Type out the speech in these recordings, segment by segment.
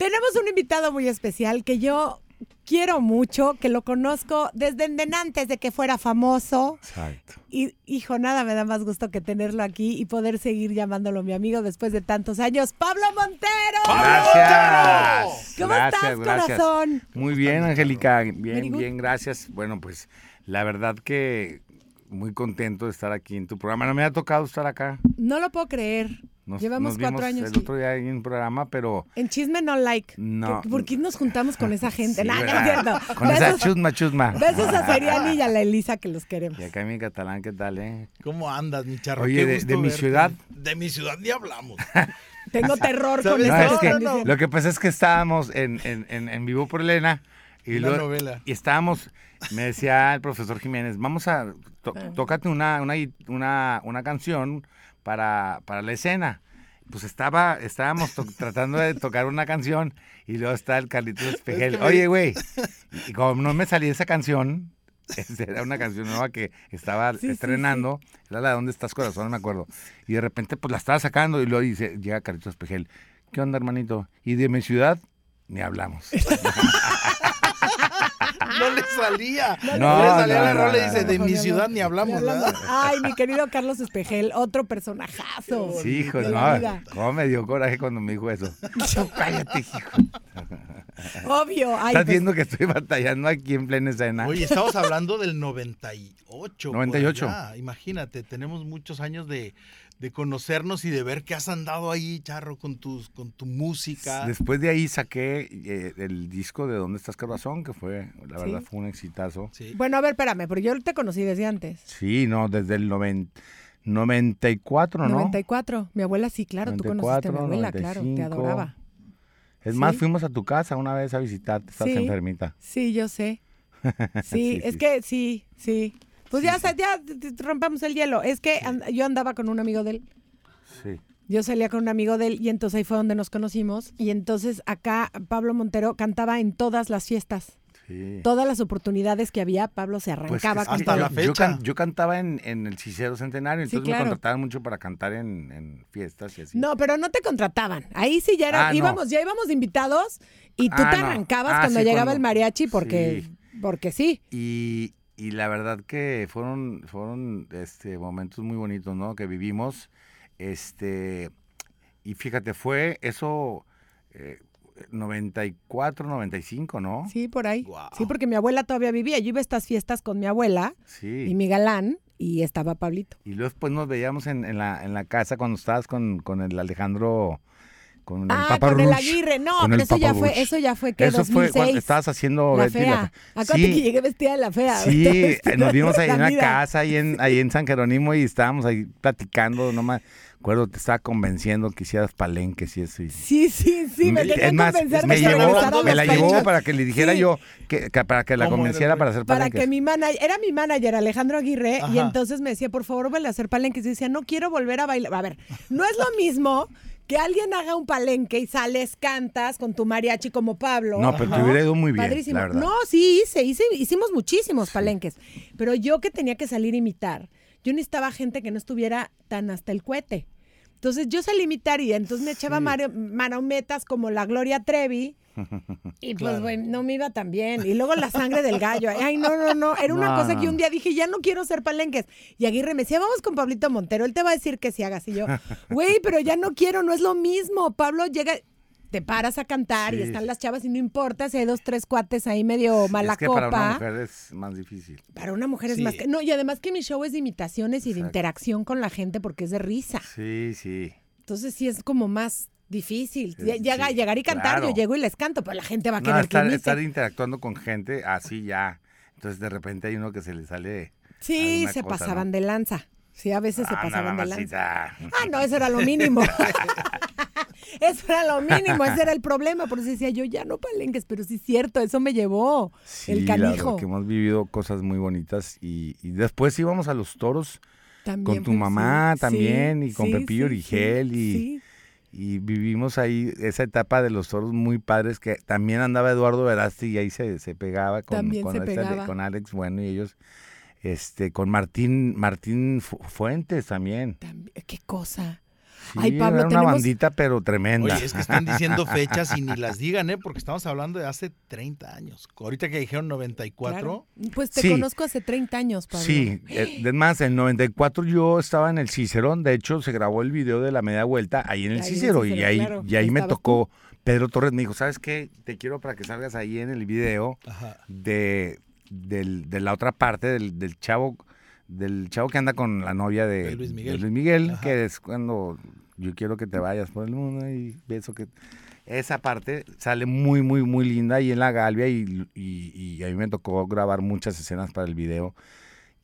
Tenemos un invitado muy especial que yo quiero mucho, que lo conozco desde en- antes de que fuera famoso. Exacto. Y hijo, nada me da más gusto que tenerlo aquí y poder seguir llamándolo mi amigo después de tantos años. ¡Pablo Montero! Gracias. ¿Cómo gracias, estás, gracias. corazón? Muy bien, Angélica. Very Bien, good. bien, gracias. Bueno, pues la verdad que muy contento de estar aquí en tu programa. No me ha tocado estar acá. No lo puedo creer. Nos, Llevamos nos cuatro vimos años. El otro día en un programa, pero. En chisme no like. No. ¿Por, por qué nos juntamos con esa gente? Sí, no, no es ¿verdad? cierto. Con esa besos, chusma, chusma. besos a Seriani y a la Elisa que los queremos. Y acá en mi catalán, ¿qué tal, eh? ¿Cómo andas, mi charro? Oye, Qué de- gusto de mi verte. ciudad. De mi ciudad ni hablamos. Tengo terror con ¿Sabes? eso. No, No, es que no, no. lo que pasa es que estábamos en, en- en- en Vivo por Elena. Y, Una luego- novela. y estábamos, me decía el profesor Jiménez, vamos a, to- Ah. tócate una, una, una, una canción para, para la escena. Pues estaba, estábamos to- tratando de tocar una canción y luego está el Carlitos Espejel. Oye, güey, y como no me salía esa canción, este, era una canción nueva que estaba Sí, sí, estrenando, era la de ¿Dónde estás, corazón? No me acuerdo. Y de repente, pues la estaba sacando y luego dice, llega Carlitos Espejel, ¿qué onda, hermanito? Y de mi ciudad, ni hablamos. No le salía. No, No, le salía no, la no, rola y no, dice, no. de mi Ojalá. ciudad ni hablamos, ¿verdad? Ay, mi querido Carlos Espejel, otro personajazo. Sí, hijo, de la no, vida. cómo me dio coraje cuando me dijo eso. Yo, cállate, hijo. Obvio. Ay, Estás pues, viendo que estoy batallando aquí en plena escena. Oye, estamos hablando del 98. por 98. allá. pues, Imagínate, tenemos muchos años de, de conocernos y de ver que has andado ahí, charro, con, tus, con tu música. Después de ahí saqué eh, el disco de ¿Dónde estás, corazón? Que fue, la Sí. verdad, fue un exitazo. Sí. Bueno, a ver, espérame, pero yo te conocí desde antes. Sí, no, desde el noven- 94, ¿no? 94. Mi abuela sí, claro, tú conociste a mi 94, abuela, claro, te 95. adoraba. Es más, Sí. fuimos a tu casa una vez a visitarte, estás Sí. enfermita. Sí, yo sé. Sí, Sí, es sí. que sí, sí. Pues ya, sa- ya t- t- rompemos el hielo. Es que an- yo andaba con un amigo de él. Sí. Yo salía con un amigo de él y entonces ahí fue donde nos conocimos. Y entonces acá Pablo Montero cantaba en todas las fiestas. Sí. Todas las oportunidades que había, Pablo se Pues arrancaba es con que hasta todo. la yo, fecha. Yo, can- yo cantaba en, en el Cicero Centenario, Sí, entonces claro. me contrataban mucho para cantar en, en fiestas y así. No, pero no te contrataban. Ahí sí ya era, Ah, no. íbamos, ya íbamos de invitados y tú Ah, te no. arrancabas Ah, cuando sí, llegaba cuando- el mariachi porque, sí. porque sí. Y, y la verdad que fueron, fueron este, momentos muy bonitos, ¿no? Que vivimos. Este, y fíjate, fue eso eh, 94, 95, ¿no? Sí, por ahí. Guau. Sí, porque mi abuela todavía vivía. Yo iba a estas fiestas con mi abuela Sí. y mi galán y estaba Pablito. Y luego después nos veíamos en, en la, en la casa cuando estabas con, con el Alejandro, con el ah, Papa con el Roach, Aguirre. No, con pero el eso ya Papa fue, Roach. eso ya fue que Eso fue 2006. cuando estabas haciendo la Betty la fea. Fea. Acuérdate Sí. que llegué vestida de la fea. Sí, vestida eh, nos de vimos ahí en una Ramira. casa, ahí en, ahí en San Jerónimo, y estábamos ahí platicando, no me acuerdo, te estaba convenciendo que hicieras palenques y eso. y- Sí, sí, sí, me Mm, quería es más, convencer me de que llevó- regresara a llevó, regresaron me las la fechas. llevó canchas. para que le dijera Sí. yo, que, que- para que la ¿Cómo era, convenciera güey? para hacer Para palenques. que mi manager, era mi manager Alejandro Aguirre, y Ajá. entonces me decía, por favor, vele a hacer palenques. Y decía, no quiero volver a bailar. A ver, no es lo mismo que alguien haga un palenque y sales, cantas con tu mariachi como Pablo. No, pero te hubiera ido muy bien, Padrísimo. la verdad. No, sí, hice, hice, hicimos muchísimos palenques. Pero yo que tenía que salir a imitar, yo necesitaba gente que no estuviera tan hasta el cohete. Entonces yo salí a imitar y entonces me echaba maro- marometas como la Gloria Trevi. Y pues, güey, no me iba tan bien. Y luego la sangre del gallo. Ay, no, no, no. Era una No, cosa no, que un no. día dije, ya no quiero ser palenques. Y Aguirre me decía, vamos con Pablito Montero. Él te va a decir que si hagas. Y yo, güey, pero ya no quiero, no es lo mismo. Pablo llega. te paras a cantar y Sí. están las chavas y no importa si hay dos, tres cuates ahí medio mala es que copa. para una mujer es más difícil. Para una mujer es Sí. más que... No, y además que mi show es de imitaciones y de Exacto. interacción con la gente porque es de risa. Sí, sí. Entonces sí es como más difícil. Es Lle- llega- difícil, llegar y cantar, yo claro. llego y les canto, pero la gente va a No, querer estar, que imite. estar interactuando con gente así ya. Entonces de repente hay uno que se le sale. Sí, alguna se cosa, pasaban ¿no? de lanza. Sí, a veces se "Ah, pasaban de nada lanza. más y ya". Ah, no, eso era lo mínimo. eso era lo mínimo, ese era el problema. Por eso decía yo, ya no palenques, pero sí es cierto, eso me llevó Sí, el la verdad canijo. que hemos vivido cosas muy bonitas y, y después íbamos a los toros También con tu fue- mamá sí, también sí, y con sí, sí, Pepillo Origel sí, y, sí. y vivimos ahí esa etapa de los toros muy padres que también andaba Eduardo Verasti y ahí se, se pegaba con, También con se este- pegaba. con Alex Bueno y ellos este con Martín Martín Fu- Fuentes también. También- qué cosa. Sí, Ay, Pablo, era una tenemos- bandita pero tremenda. Oye, es que están diciendo fechas y ni las digan, ¿eh? Porque estamos hablando de hace 30 años. Ahorita que dijeron 94, Claro. Pues te Sí. conozco hace 30 años, Pablo. Sí, eh, es más, en 94 yo estaba en el Cicerón, de hecho se grabó el video de la media vuelta ahí en Ahí el en el Cicero y Cicerón, ahí, claro, y ahí ahí me estabas tocó, Pedro Torres me dijo, ¿sabes qué? Te quiero para que salgas ahí en el video Ajá. de, del- de la otra parte del, del chavo del chavo que anda con la novia de, De Luis Miguel. Miguel, Ajá. que es cuando yo quiero que te vayas por el mundo y beso que... Esa parte sale muy, muy, muy linda y en la Galvia y, y- y a mí me tocó grabar muchas escenas para el video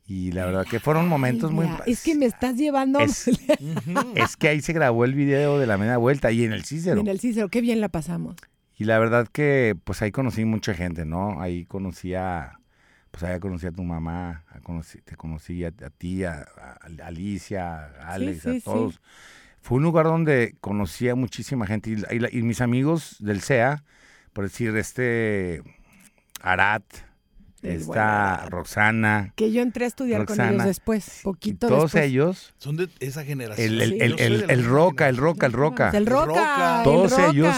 y la verdad que fueron momentos muy... Mira, Es que me estás llevando Es, es que ahí se grabó el video de la media vuelta y en el Cícero. en el Cícero. Qué bien la pasamos. Y la verdad que pues ahí conocí mucha gente, ¿no? Ahí conocí a, pues ahí conocí a tu mamá, a conocí- te conocí a, a ti, a, a Alicia, a Alex, sí, sí. a todos. Fue un lugar donde conocí a muchísima gente y, la- y la- y mis amigos del SEA, por decir, este Arat, El buen está Roxana, Que yo entré a estudiar con ellos Roxana, después, y poquito todos después. ellos, son de esa generación. el, el, Sí. el, Yo soy de el, la el misma Roca, el generación. Roca, el Roca, El El Roca, Roca. el todos Roca, ellos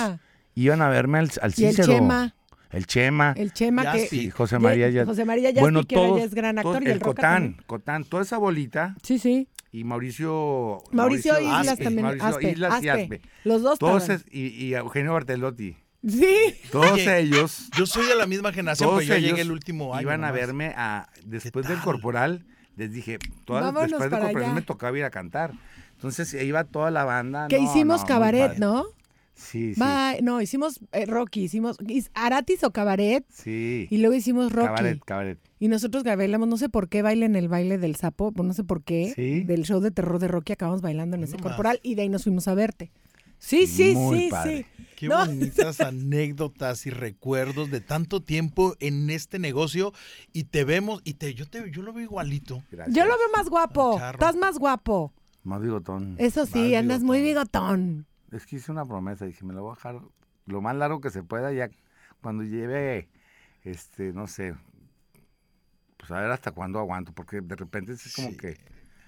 iban a verme al, al y el Cícero. Chema, El Chema. el Chema que Yaspi. Sí, José María ya. José María Yaspi, que ahora ya es gran actor todos- y el, el Roca Cotán, también. Cotán, toda esa bolita Sí, sí. y Mauricio Mauricio, Islas Aspe, también. Mauricio Aspe, Islas y Aspe. Aspe. Los dos Todos estaban. es- y, y Eugenio Bartelotti. Sí. Todos Oye, ellos, Yo soy de la misma generación, todos pero yo ellos llegué el último año. iban a nomás. verme a después del tal? corporal, les dije, todas- Vámonos después del para corporal allá. me tocaba ir a cantar. Entonces iba toda la banda. Que Ah, no, hicimos no, muy cabaret, padre. ¿no? Sí, sí. Bye. No, hicimos eh, Rocky, hicimos is- Aratis o cabaret Sí. y luego hicimos Rocky. Cabaret, cabaret. Y nosotros bailamos, no sé por qué bailen el baile del sapo, no sé por qué, Sí. del show de terror de Rocky acabamos bailando en ese nomás. corporal y de ahí nos fuimos a verte. Sí, sí, Muy sí, padre. sí. Qué No, bonitas anécdotas y recuerdos de tanto tiempo en este negocio y te vemos y te yo te yo lo veo igualito. Gracias. Yo lo veo más guapo, Charro. estás más guapo. Más bigotón. Eso sí, Más andas muy bigotón. Es que hice una promesa, dije, me la voy a dejar lo más largo que se pueda, ya cuando lleve, este, no sé, pues a ver hasta cuándo aguanto, porque de repente es como Sí. que no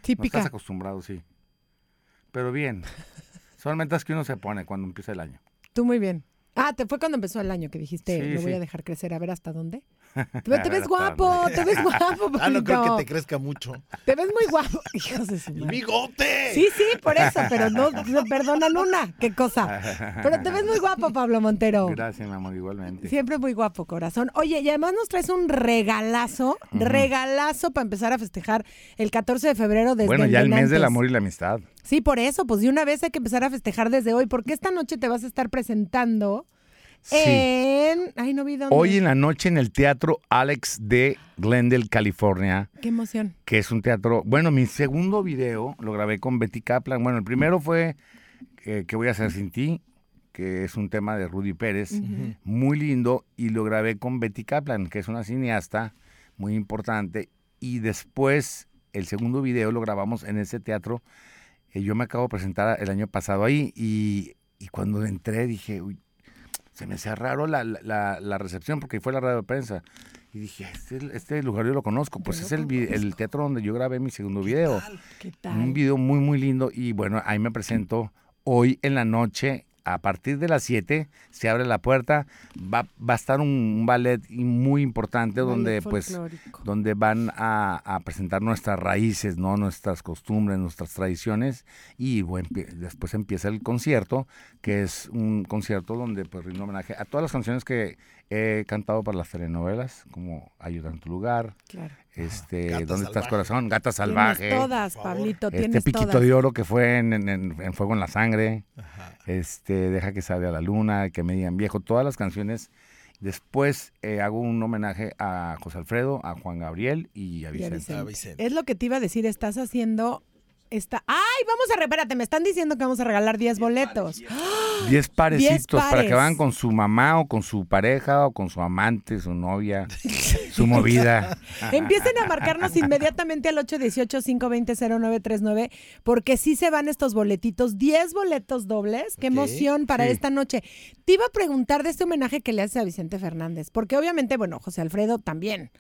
Típica. estás acostumbrado, sí. Pero bien, son metas que uno se pone cuando empieza el año. Tú muy bien. Ah, te fue cuando empezó el año que dijiste, Sí, lo voy sí. a dejar crecer, a ver hasta dónde. Te, ve- te A ver ves hasta guapo, te ves guapo, Ah, no creo Pablito. que te crezca mucho. Te ves muy guapo. Hijos de su ¡El madre. bigote! Sí, sí, por eso, pero no, no perdonan una, qué cosa. Pero te ves muy guapo, Pablo Montero. Gracias, mi amor, igualmente. Siempre muy guapo, corazón. Oye, y además nos traes un regalazo, regalazo para empezar a festejar el 14 de febrero desde bueno, ya el mes del Venantes. amor y la amistad. Sí, por eso, pues de una vez hay que empezar a festejar desde hoy, porque esta noche te vas a estar presentando Sí. en... Ay, no vi dónde. Hoy en la noche en el Teatro Alex de Glendale, California. Qué emoción. que es un teatro. Bueno, mi segundo video lo grabé con Betty Kaplan. Bueno, el primero fue eh, ¿Qué voy a hacer sin ti? que es un tema de Rudy Pérez, muy lindo, y lo grabé con Betty Kaplan, que es una cineasta muy importante. Y después, el segundo video lo grabamos en ese teatro. Eh, yo me acabo de presentar el año pasado ahí, y, y cuando entré dije, uy, se me hacía raro la, la- la- la recepción, porque fue la radio de prensa. Y dije, este, este lugar yo lo conozco, pues lo es el, vi- el teatro donde yo grabé mi segundo video. ¿Qué Un tal? video muy, muy lindo. Y bueno, ahí me presento hoy en la noche a partir de las 7 se abre la puerta, va, va a estar un, un ballet y muy importante donde pues folclórico. donde van a, a presentar nuestras raíces, ¿no? nuestras costumbres, nuestras tradiciones y bueno, empie- después empieza el concierto, que es un concierto donde pues rinde homenaje a todas las canciones que he cantado para las telenovelas, como Ayuda en tu lugar, Claro. este, Gata ¿Dónde estás Salvaje. corazón? Gata salvaje. eh, Tienes todas, por favor. Pablito, tienes Este piquito todas. de oro que fue en, en- en- en Fuego en la Sangre, Ajá. este, Deja que salga la luna, que me digan viejo, todas las canciones. Después eh, hago un homenaje a José Alfredo, a Juan Gabriel y a Y a Vicente. Vicente. Ah, Vicente. Es lo que te iba a decir, estás haciendo esta... ¡Ay, vamos a... re- Espérate, me están diciendo que vamos a regalar 10 boletos. ¡Ah! Diez parecitos para que pares. vayan con su mamá o con su pareja o con su amante, su novia, su movida. Empiecen a marcarnos inmediatamente al 818-520-0939 porque sí se van estos boletitos, 10 boletos dobles. ¡Qué Ok, emoción para sí. esta noche! Te iba a preguntar de este homenaje que le haces a Vicente Fernández, porque obviamente, bueno, José Alfredo también.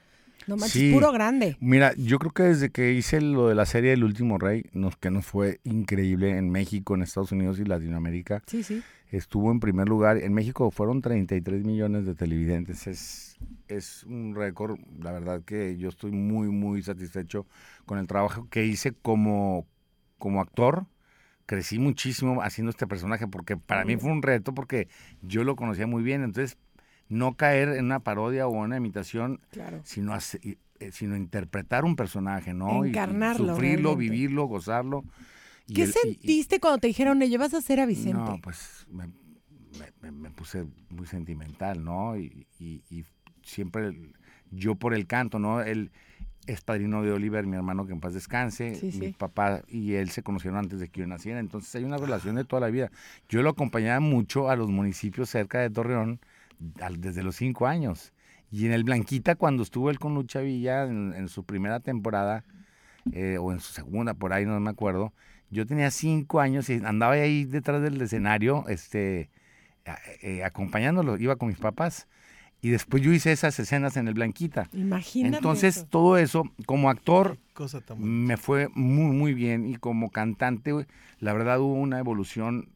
No manches, Sí. puro grande. Mira, yo creo que desde que hice lo de la serie El Último Rey, nos, que nos fue increíble en México, en Estados Unidos y Latinoamérica, Sí, sí. estuvo en primer lugar. En México fueron 33 millones de televidentes. Es, es un récord. La verdad que yo estoy muy, muy satisfecho con el trabajo que hice como, como actor. Crecí muchísimo haciendo este personaje porque para mí fue un reto porque yo lo conocía muy bien. Entonces, no caer en una parodia o una imitación, Claro. sino, hace- y- eh, sino interpretar un personaje, ¿no? Y- y Encarnarlo, sufrirlo, realmente. vivirlo, gozarlo. Y ¿Qué el- y- y- sentiste cuando te dijeron, le llevas a hacer a Vicente? no, pues me, me- me- me puse muy sentimental, ¿no? Y, y- y siempre el- yo por el canto, ¿no? Él es padrino de Oliver, mi hermano que en paz descanse. Sí, Mi sí. papá y él se conocieron antes de que yo naciera. Entonces hay una relación de toda la vida. Yo lo acompañaba mucho a los municipios cerca de Torreón al- desde los cinco años. Y en el Blanquita, cuando estuvo él con Lucha Villa en, en su primera temporada, eh, o en su segunda, por ahí no me acuerdo, yo tenía cinco años y andaba ahí detrás del escenario, este, a- eh, acompañándolo, iba con mis papás. Y después yo hice esas escenas en el Blanquita. Imagínate. Entonces, eso. todo eso, como actor, Cosa tan bonita. me fue muy, muy bien. Y como cantante, güey, la verdad hubo una evolución.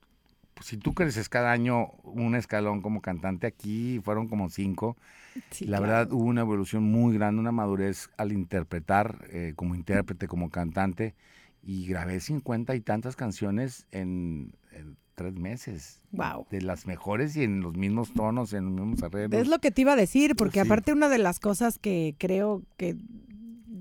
Pues, Si tú creces cada año un escalón como cantante, aquí fueron como cinco. Sí, la claro. verdad hubo una evolución muy grande, una madurez al interpretar eh, como intérprete, como cantante. Y grabé cincuenta y tantas canciones en, en tres meses. Wow. De las mejores y en los mismos tonos, en los mismos arreglos. Es lo que te iba a Pues decir, porque Sí. aparte una de las cosas que creo que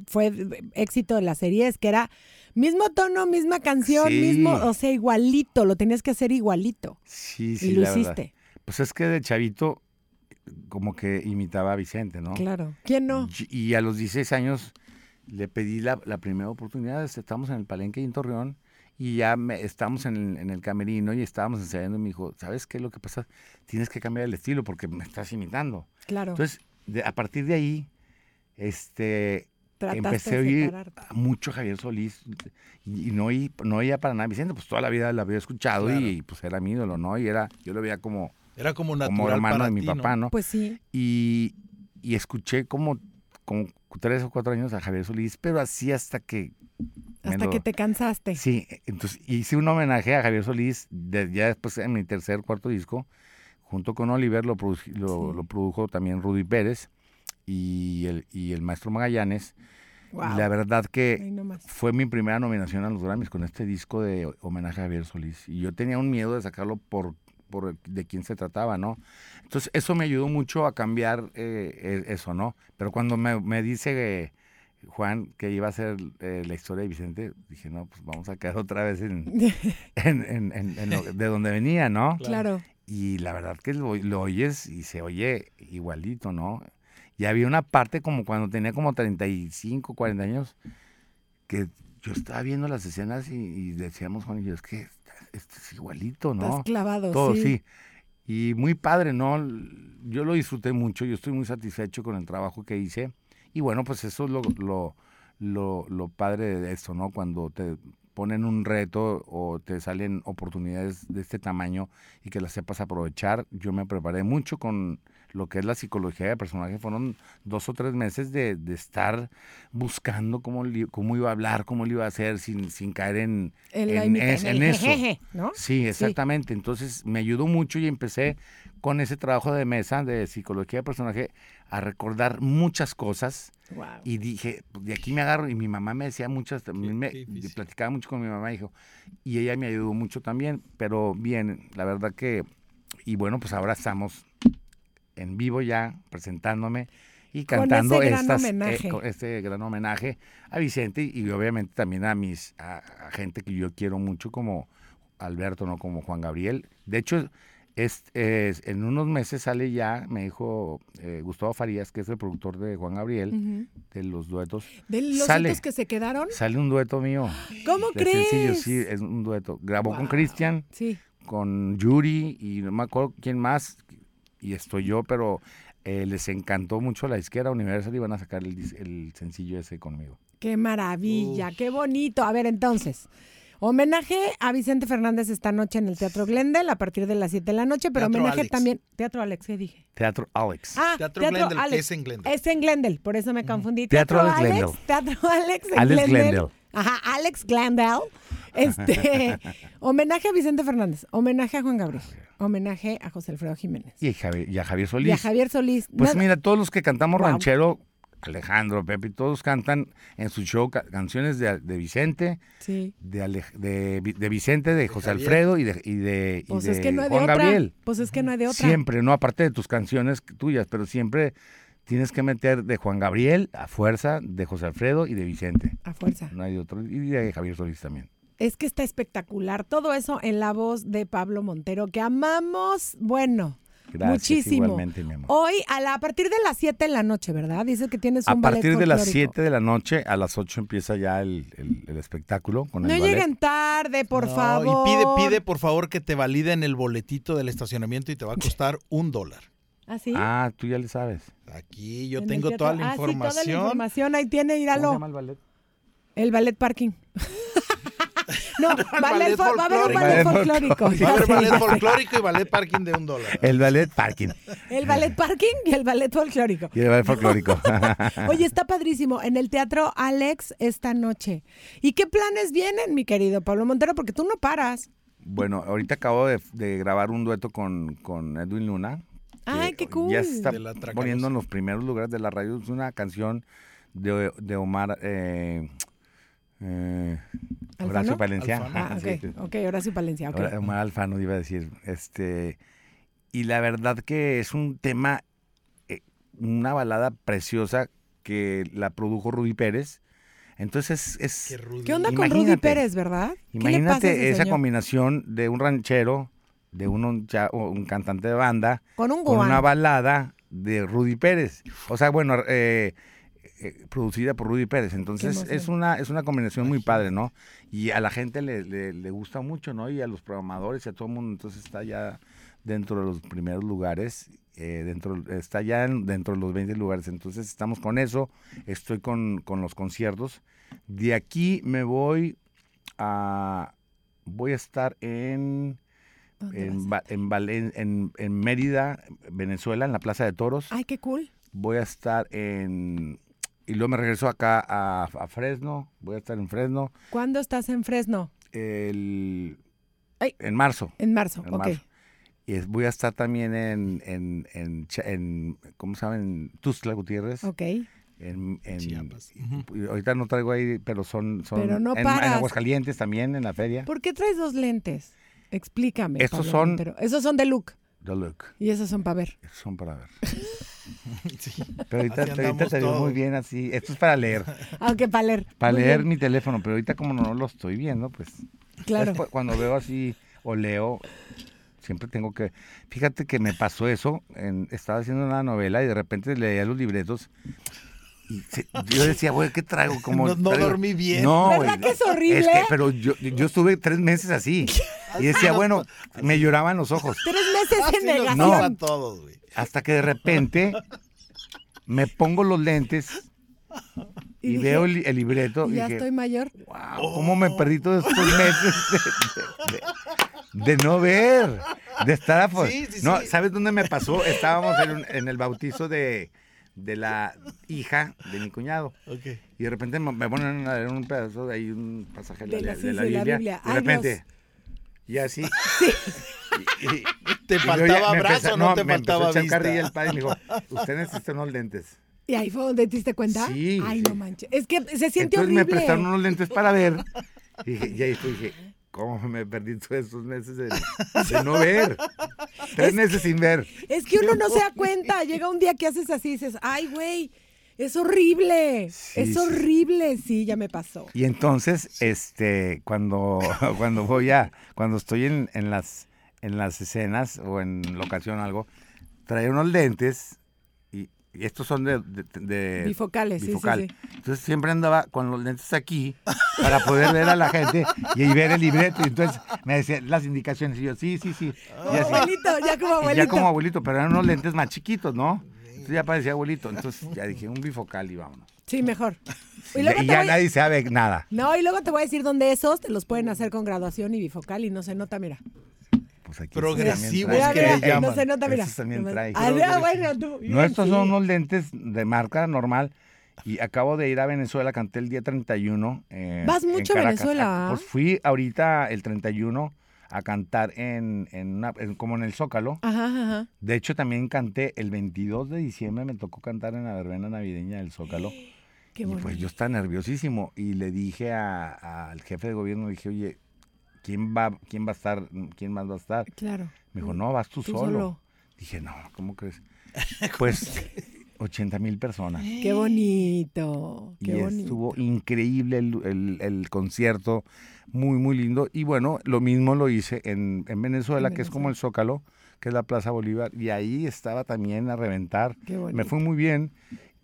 fue éxito de la serie es que era mismo tono, misma canción, Sí. mismo, o sea, igualito, lo tenías que hacer igualito. Sí, y sí, lo la verdad. hiciste, Pues es que de chavito como que imitaba a Vicente, ¿no? Mm. claro. ¿Quién no? Y- Y a los 16 años le pedí la, la primera oportunidad. Este, Estábamos en el Palenque y en Torreón y ya me- estábamos en el, en el camerino y estábamos ensayando y me dijo, ¿sabes qué es lo que pasa? Tienes que cambiar el estilo porque me estás imitando. Claro. Entonces, de- a partir de ahí, este, Trataste empecé a de oír ah, separarte. a mucho Javier Solís y, y no, oí- no oía para nada Vicente, pues toda la vida lo había escuchado Claro. y pues era mi ídolo, ¿no? Y era, yo lo veía como, Era como natural como hermano para de mi ti, ¿no? papá, ¿no? Pues sí, y, y escuché como, como tres o cuatro años a Javier Solís, pero así hasta que... me hasta lo- que te cansaste. Sí, entonces hice un homenaje a Javier Solís de- ya después en mi tercer, cuarto disco, junto con Oliver, lo, produ- lo- Sí. lo produjo también Rudy Pérez y el, y el maestro Magallanes. Wow. Y la verdad Ahí que nomás. fue mi primera nominación a los Grammys con este disco de homenaje a Javier Solís. Y yo tenía un miedo de sacarlo por, por el- de quién se trataba, ¿no? Entonces, eso me ayudó mucho a cambiar eh, e- eso, ¿no? Pero cuando me, me dice eh, Juan que iba a ser eh, la historia de Vicente, dije, no, pues vamos a quedar otra vez en, en- en- en- en lo- de donde venía, ¿no? Claro. Y la verdad que lo, lo oyes y se oye igualito, ¿no? Y había una parte como cuando tenía como 35, 40 años, que yo estaba viendo las escenas y, y decíamos, Juan y yo, es que esta- esto es igualito, ¿no? Estás clavado, Todo, sí. sí. Y muy padre, ¿no? L- Yo lo disfruté mucho, yo estoy muy satisfecho con el trabajo que hice. Y bueno, pues eso es lo, lo, lo, lo padre de esto, ¿no? Cuando te ponen un reto o te salen oportunidades de este tamaño y que las sepas aprovechar. Yo me preparé mucho con lo que es la psicología de personaje. Fueron dos o tres meses de, de estar buscando cómo, li- cómo iba a hablar, cómo lo iba a hacer sin, sin caer en, En la en imita- es- en en el eso. jejeje, ¿no? Sí, exactamente. Entonces me ayudó mucho y empecé con ese trabajo de mesa de psicología de personaje a recordar muchas cosas. Wow. Y dije, pues, de aquí me agarro. Y mi mamá me decía muchas, también me qué difícil. platicaba mucho con mi mamá, dijo, y ella me ayudó mucho también. Pero bien, la verdad que, y bueno, pues ahora estamos en vivo ya presentándome y Con cantando ese gran estas, eh, homenaje. con este gran homenaje a Vicente y, y obviamente también a mis a, a gente que yo quiero mucho como Alberto, no como Juan Gabriel. De hecho, es, es- en unos meses sale ya, me dijo eh, Gustavo Farías, que es el productor de Juan Gabriel, de los duetos. De los Sale. hitos que se quedaron. Sale un dueto mío. ¿Cómo de sencillo, crees? sí, eh. es un dueto. Grabó con Wow. Cristian, Sí. con Yuri y no me acuerdo quién más. Y estoy yo, pero eh, les encantó mucho la izquierda Universal y van a sacar el, dis- el sencillo ese conmigo. Qué maravilla, qué bonito. A ver, entonces, homenaje a Vicente Fernández esta noche en el Teatro Glendale a partir de las 7 de la noche, pero Teatro homenaje Alex. también. Teatro Alex, ¿qué dije? Teatro Alex. Ah, Teatro Glendale, que es en Glendale. Es en Glendale, por eso me confundí. Teatro Alex Teatro Alex en Alex Glendale. Glendale. Ajá, Alex Glendale. Este, homenaje a Vicente Fernández, homenaje a Juan Gabriel, homenaje a José Alfredo Jiménez Y, Javi- y a Javier Solís. y a Javier Solís. Pues Nada- mira, todos los que cantamos Guau. ranchero, Alejandro, Pepe, todos cantan en su show ca- canciones de, de Vicente, Sí. de, Ale- de, Vi- de Vicente, de José Javier. Alfredo y de, y de, y Pues de es que no hay de Juan otra. Gabriel. Pues es que no hay de otra. Siempre, no aparte de tus canciones tuyas, pero siempre tienes que meter de Juan Gabriel a fuerza, de José Alfredo y de Vicente. A fuerza. No hay otro. Y de Javier Solís también. Es que está espectacular. Todo eso en la voz de Pablo Montero, que amamos, bueno, Gracias, muchísimo. Oh, igualmente, mi amor. Hoy, a, la, a partir de las 7 de la noche, ¿verdad? Dice que tienes A un ballet partir de las folclórico. 7 de la noche, a las 8 empieza ya el, el- el espectáculo con No el ballet. lleguen tarde, por No, favor. Y pide, pide por favor que te validen el boletito del estacionamiento y te va a costar un dólar. ¿Así? Ah, tú ya le sabes. Aquí yo En el tengo teatro. toda la Ah, sí, toda información. la información. Ahí tiene, ¿Cómo se íralo. llama el ballet? El ballet parking. no, ballet ballet fol- va a haber un folclórico. ballet Ballet folclórico. Va a Ya haber sé, ballet ya sé. folclórico y ballet parking de un dólar. El ballet parking El ballet parking y el ballet folclórico. y el ballet folclórico. Ah. Oye, está padrísimo en el Teatro Alex esta noche. ¿Y qué planes vienen, mi querido Pablo Montero? Porque tú no paras. bueno, ahorita acabo de, de grabar un dueto con, con Edwin Luna. que Ay, qué cool. Ya se está De la Tracalosa. poniendo en los primeros lugares de la radio. Es una canción de, de Omar. Eh, eh, ¿Alfano? Horacio Palencia. Alfano. Ah, Sí, sí. ok, ok, Horacio Palencia, ok. Ahora, Omar Alfano iba a decir. Este, y la verdad que es un tema, eh, una balada preciosa que la produjo Rudy Pérez. Entonces es... Qué rudo. ¿Qué onda con Rudy Imagínate. Pérez, verdad? ¿Qué le pasa a Imagínate ese esa señor? combinación de un ranchero, de un, un cha- o un cantante de banda, Con un con una guano. balada de Rudy Pérez. O sea, bueno, eh, eh, producida por Rudy Pérez. Entonces emoción. es una, es una combinación muy padre, ¿no? Y a la gente le, le- le gusta mucho, ¿no? Y a los programadores y a todo el mundo. Entonces está ya dentro de los primeros lugares. eh, dentro está ya en- dentro de los 20 lugares entonces estamos con eso estoy con, con los conciertos de aquí me voy a voy a estar en ¿Dónde vas? en, Va- en, Valen- en- en Mérida, Venezuela, en la Plaza de Toros. Ay, qué cool. Voy a estar en... Y luego me regreso acá a, a Fresno. Voy a estar en Fresno ¿Cuándo estás en Fresno? el, Ay. en marzo. En marzo, En ok. marzo. Y es- voy a estar también en, en, en, Cha- en- ¿cómo se llama? En Tuxtla Gutiérrez. Ok. En, en- Chiapas. y- y ahorita no traigo ahí, pero son... son Pero no en, en paras. Aguascalientes también, en la feria. ¿Por qué traes dos lentes? Explícame. Estos Pablo son- Montero. Esos son de look The Look. y esos son para ver. Son para ver. Sí. Pero ahorita, Así ahorita andamos te veo muy todos. bien así. Esto es para leer. Aunque para Ah, leer. Para Muy leer bien, mi teléfono, pero ahorita como no lo estoy viendo, pues. Claro. después cuando veo así o leo, siempre tengo que. Fíjate que me pasó eso. en- estaba haciendo una novela y de repente leía los libretos. Y se- yo decía, güey, ¿qué traigo? Como, No- no traigo- dormí bien. No, ¿Verdad güey, que es horrible? que- pero yo, yo estuve tres meses así. Y decía, bueno, me lloraban los ojos. Tres Ah, meses en Así nos negación. No. pasa a todos, güey. Hasta que de repente me pongo los lentes Y, dije, veo el, el libreto y ya dije, estoy mayor. Oh. wow, ¿cómo me perdí todos estos meses de, de- de- de no ver? De estar a fo- Sí, sí, No, sí. ¿sabes dónde me pasó? Estábamos en, un- en el bautizo de, de la hija de mi cuñado. Ok. Y de repente me me ponen una- en un pedazo de ahí, un pasaje de, De la, la- de sí, la sí, la Biblia. Biblia. De Ay, repente. Y así. Y- y- ¿Te y yo ya faltaba me brazo empecé- o no, te me empezó a faltaba echar vista? carrilla el padre y me dijo, usted necesita unos lentes. Y ahí fue donde te diste cuenta. Sí, Ay, sí. no manches. Es que se siente Entonces horrible. me prestaron unos lentes para ver. Y, dije- y ahí fue, dije, ¿cómo me perdí todos esos meses de, de no ver? Tres meses sin ver. Es que uno no se da cuenta. Llega un día que haces así y dices, ay, güey, es horrible. Sí, es sí. horrible. Sí, ya me pasó. Y entonces, este, cuando, cuando voy a, cuando estoy en, en las, en las escenas o en locación o algo, trae unos lentes y, y estos son de, de, de- Bifocales, sí, sí, eh, bifocal. sí. Entonces siempre andaba con los lentes aquí para poder ver a la gente y, y ver el libreto. Y entonces me decían las indicaciones y yo, sí, sí, sí. Y Como así. abuelito, ya como Y abuelito. ya como abuelito, pero eran unos lentes más chiquitos, ¿no? Entonces ya parecía abuelito. Entonces ya dije, un bifocal y vámonos. Sí, mejor. Y Y, luego y te ya voy- nadie sabe nada. No, y luego te voy a decir dónde esos te los pueden hacer con graduación y bifocal y no se nota, mira. Pues aquí Progresivos esos Mira, también que traen. le mira, llaman. no se nota, mira. Esos también Nomás- traen. Ah, no, bueno, tú. No, estos son sí. unos lentes de marca normal. Y acabo de ir a Venezuela, canté el día 31. eh, Vas en mucho a Caracas. Venezuela, ¿ah? Pues fui ahorita el 31 a cantar en, en una- en- como en el Zócalo. Ajá, ajá. De hecho, también canté el 22 de diciembre, me tocó cantar en la verbena navideña del Zócalo. Qué y bonito. pues yo estaba nerviosísimo y le dije a- al jefe de gobierno, le dije, oye, ¿quién va, quién va a estar, quién más va a estar? Claro. Me dijo, no, vas tú, Tú solo. solo. Dije, no, ¿cómo crees? Pues 80 mil personas. Qué bonito. Y Qué bonito. estuvo increíble el, el- el concierto, muy, muy lindo. Y bueno, lo mismo lo hice en, en Venezuela, que es como el Zócalo, que es la Plaza Bolívar. Y ahí estaba también a reventar. Qué bonito. Me fue muy bien.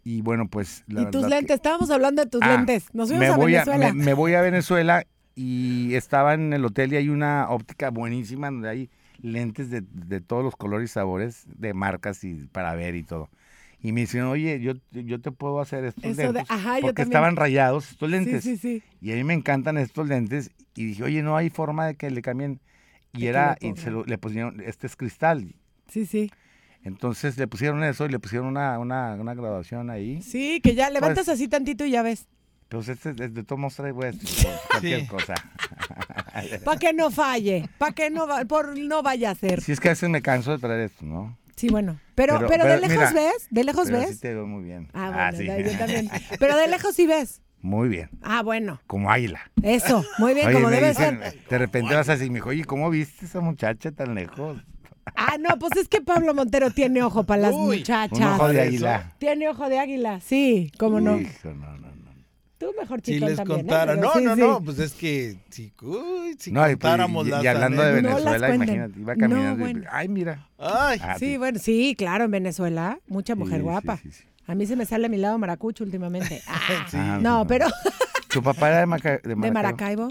Y bueno, pues la y tus verdad que- lentes, estábamos hablando de tus Ah, lentes. Nos fuimos me a voy Venezuela. me, me voy a Venezuela y estaba en el hotel y hay una óptica buenísima donde hay lentes de, de todos los colores y sabores, de marcas y para ver y todo. Y me dicieron, oye, yo, yo te puedo hacer estos Eso de- lentes. ajá, yo porque también. estaban rayados estos lentes. Sí, sí, sí. Y a mí me encantan estos lentes. Y dije, oye, no hay forma de que le cambien. Y que era, lo y se lo- le pusieron, este es cristal. Sí, sí. Entonces le pusieron eso y le pusieron una, una, una graduación ahí. Sí, que ya levantas Pues- así tantito y ya ves. Pues este, de, de todos modos traigo esto, pues, cualquier Sí. cosa. Para que no falle. Para que no, va- por, no vaya a ser. Si es que a veces me canso de traer esto, ¿no? Sí, bueno. Pero, pero, Pero- de pero lejos mira, ves. De lejos Pero ves. sí te veo muy bien. Ah, bueno, sí. da- yo también. Pero de lejos sí ves. Muy bien, Ah, bueno. como águila. Eso, muy bien, Oye, como me debe dicen, ser. de repente vas así, me dijo, oye, ¿cómo viste esa muchacha tan lejos? Ah, no, pues es que Pablo Montero tiene ojo para las Uy, muchachas. Un ojo de eso. águila. Tiene ojo de águila, sí, cómo no. Hijo, no, no, no. Tú mejor Si chicón les también, ¿eh? contara. Pero No, sí, no, sí. no. Pues es que si, uy, si No, y, pues, contáramos y- las y hablando de anécdotas. No las Venezuela, cuenten. imagínate, iba No, caminando y, bueno. ay, mira. Ay, Ah, Sí, bueno, sí, claro, en Venezuela, mucha mujer Sí, sí, guapa. sí, sí. A mí se me sale mi lado maracucho últimamente. Ah, Ah, no, no. pero Su papá era de, Maca- de de Maracaibo. Maracaibo,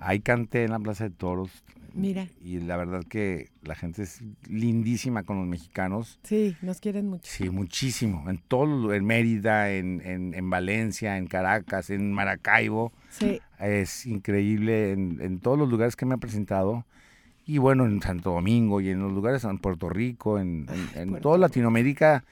Ahí canté en la Plaza de Toros. mira, Y la verdad que la gente es lindísima con los mexicanos. sí, nos quieren mucho. Sí, muchísimo. En todo, los lu- en Mérida, en, en- en Valencia, en Caracas, en Maracaibo. Sí, Es increíble en, en todos los lugares que me ha presentado. Y bueno, en Santo Domingo y en los lugares, en Puerto Rico, en, en- en Puerto toda Latinoamérica,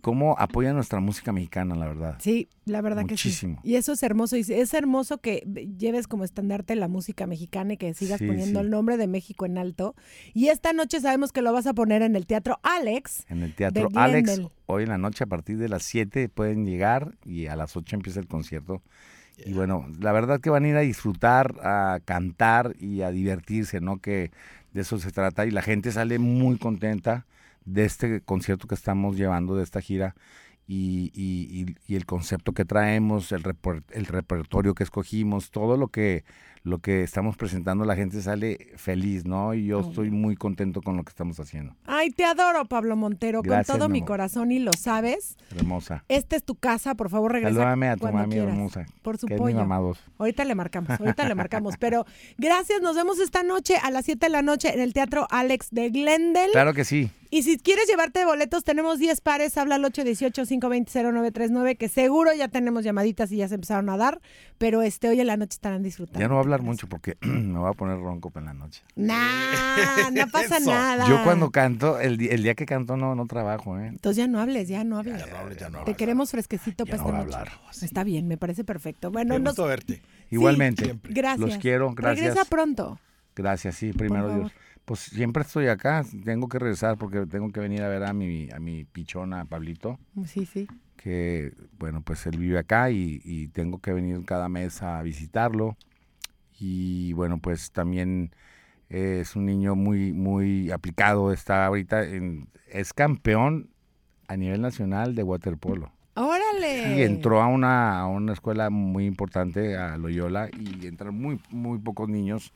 cómo apoya nuestra música mexicana, la verdad. sí, la verdad Muchísimo. que sí. Y eso es hermoso, y es hermoso que lleves como estandarte la música mexicana y que sigas Sí, poniendo sí. el nombre de México en alto. Y esta noche sabemos que lo vas a poner en el Teatro Alex. En el Teatro De Alex, Glendale. hoy en la noche a partir de las 7 pueden llegar y a las 8 empieza el concierto. Y bueno, la verdad que van a ir a disfrutar, a cantar y a divertirse, ¿no? Que de eso se trata y la gente sale muy contenta de este concierto que estamos llevando, de esta gira. Y, y- y- y el concepto que traemos, el, reper- el repertorio que escogimos, todo lo que, lo que estamos presentando, la gente sale feliz, ¿no? Y yo estoy muy contento con lo que estamos haciendo. Ay, te adoro, Pablo Montero, Gracias, con todo mi mi amor. corazón y lo sabes. Hermosa. Esta es tu casa, por favor, regresa. Salúdame a tu cuando mami quieras. hermosa. Por su que es mi pollo. mamá dos. Ahorita le marcamos, ahorita le marcamos. Pero gracias, nos vemos esta noche a las 7 de la noche en el Teatro Alex de Glendale. Claro que sí. Y si quieres llevarte boletos, tenemos 10 pares. Habla al 818-520-0939, que seguro ya tenemos llamaditas y ya se empezaron a dar. Pero este hoy en la noche estarán disfrutando. Ya no voy a hablar mucho porque me voy a poner ronco en la noche. Nah, no pasa Eso. nada. Yo cuando canto, el, di- el día que canto no, no trabajo, ¿eh? Entonces ya no hables, ya no hables. no hables, ya no Te hables. queremos fresquecito Ya para no esta voy a noche. hablar. Está bien, me parece perfecto. Bueno, Me nos- gusto verte. Igualmente. siempre. gracias. Los quiero, gracias. Regresa pronto. Gracias, sí, primero favor. Dios. Pues siempre estoy acá, tengo que regresar porque tengo que venir a ver a mi, a mi pichona, Pablito, Sí, sí. que, bueno, pues él vive acá y, y tengo que venir cada mes a visitarlo. Y bueno, pues también eh, es un niño muy, muy aplicado, está ahorita, en, es campeón a nivel nacional de waterpolo. Órale. Y entró a una, a una escuela muy importante, a Loyola, y entran muy, muy pocos niños.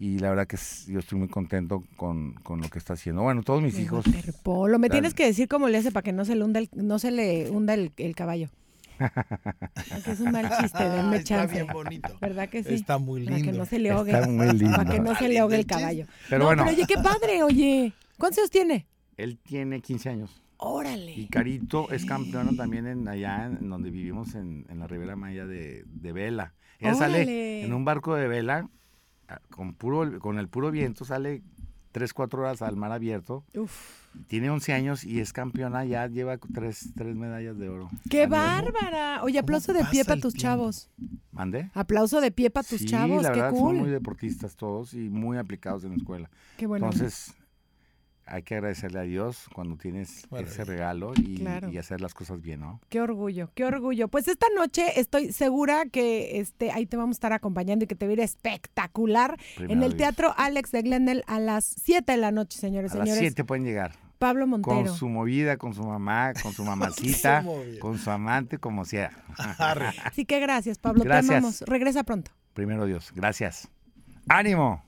Y la verdad que es- yo estoy muy contento con, con lo que está haciendo. Bueno, todos mis De hijos. waterpolo. Me Dale. tienes que decir cómo le hace para que no se le hunda el, no se le hunda el, el caballo. Porque es un mal chiste, denme Ay, Ah, Está chance. bien bonito. ¿Verdad que sí? Está muy Para que lindo. no se le ahogue. Está muy lindo. Para que no se le ahogue el caballo. Pero no, bueno, pero oye, qué padre, oye. ¿Cuántos años tiene? él tiene 15 años. Y Órale. Carito es campeona también en allá en donde vivimos en, en la Ribera Maya de, de Vela. Ella Órale. sale en un barco de vela ah, con puro con el puro viento, sale 3, 4 horas al mar abierto. Uf. Tiene 11 años y es campeona ya, lleva tres, tres medallas de oro. ¡Qué A nivel- bárbara! Oye, aplauso de pasa pie para el tus tiempo? chavos. ¿Mandé? Aplauso de pie para tus sí, chavos. la ¡Qué verdad son muy cool! deportistas todos y muy aplicados en la escuela. ¡Qué bueno! Entonces, hay que agradecerle a Dios cuando tienes Maravilla. ese regalo y, Claro. y hacer las cosas bien, ¿no? Qué orgullo, qué orgullo. Pues esta noche estoy segura que este, ahí te vamos a estar acompañando y que te va a ir espectacular en Primero el Dios. Teatro Alex de Glendale a las 7 de la noche, señores, A las señores. 7 pueden llegar. Pablo Montero. Con su movida, con su mamá, con su mamacita, movida. con su amante, como sea. Arre. Así que gracias, Pablo. Gracias. Te amamos. Regresa pronto. Primero Dios. Gracias. ¡Ánimo!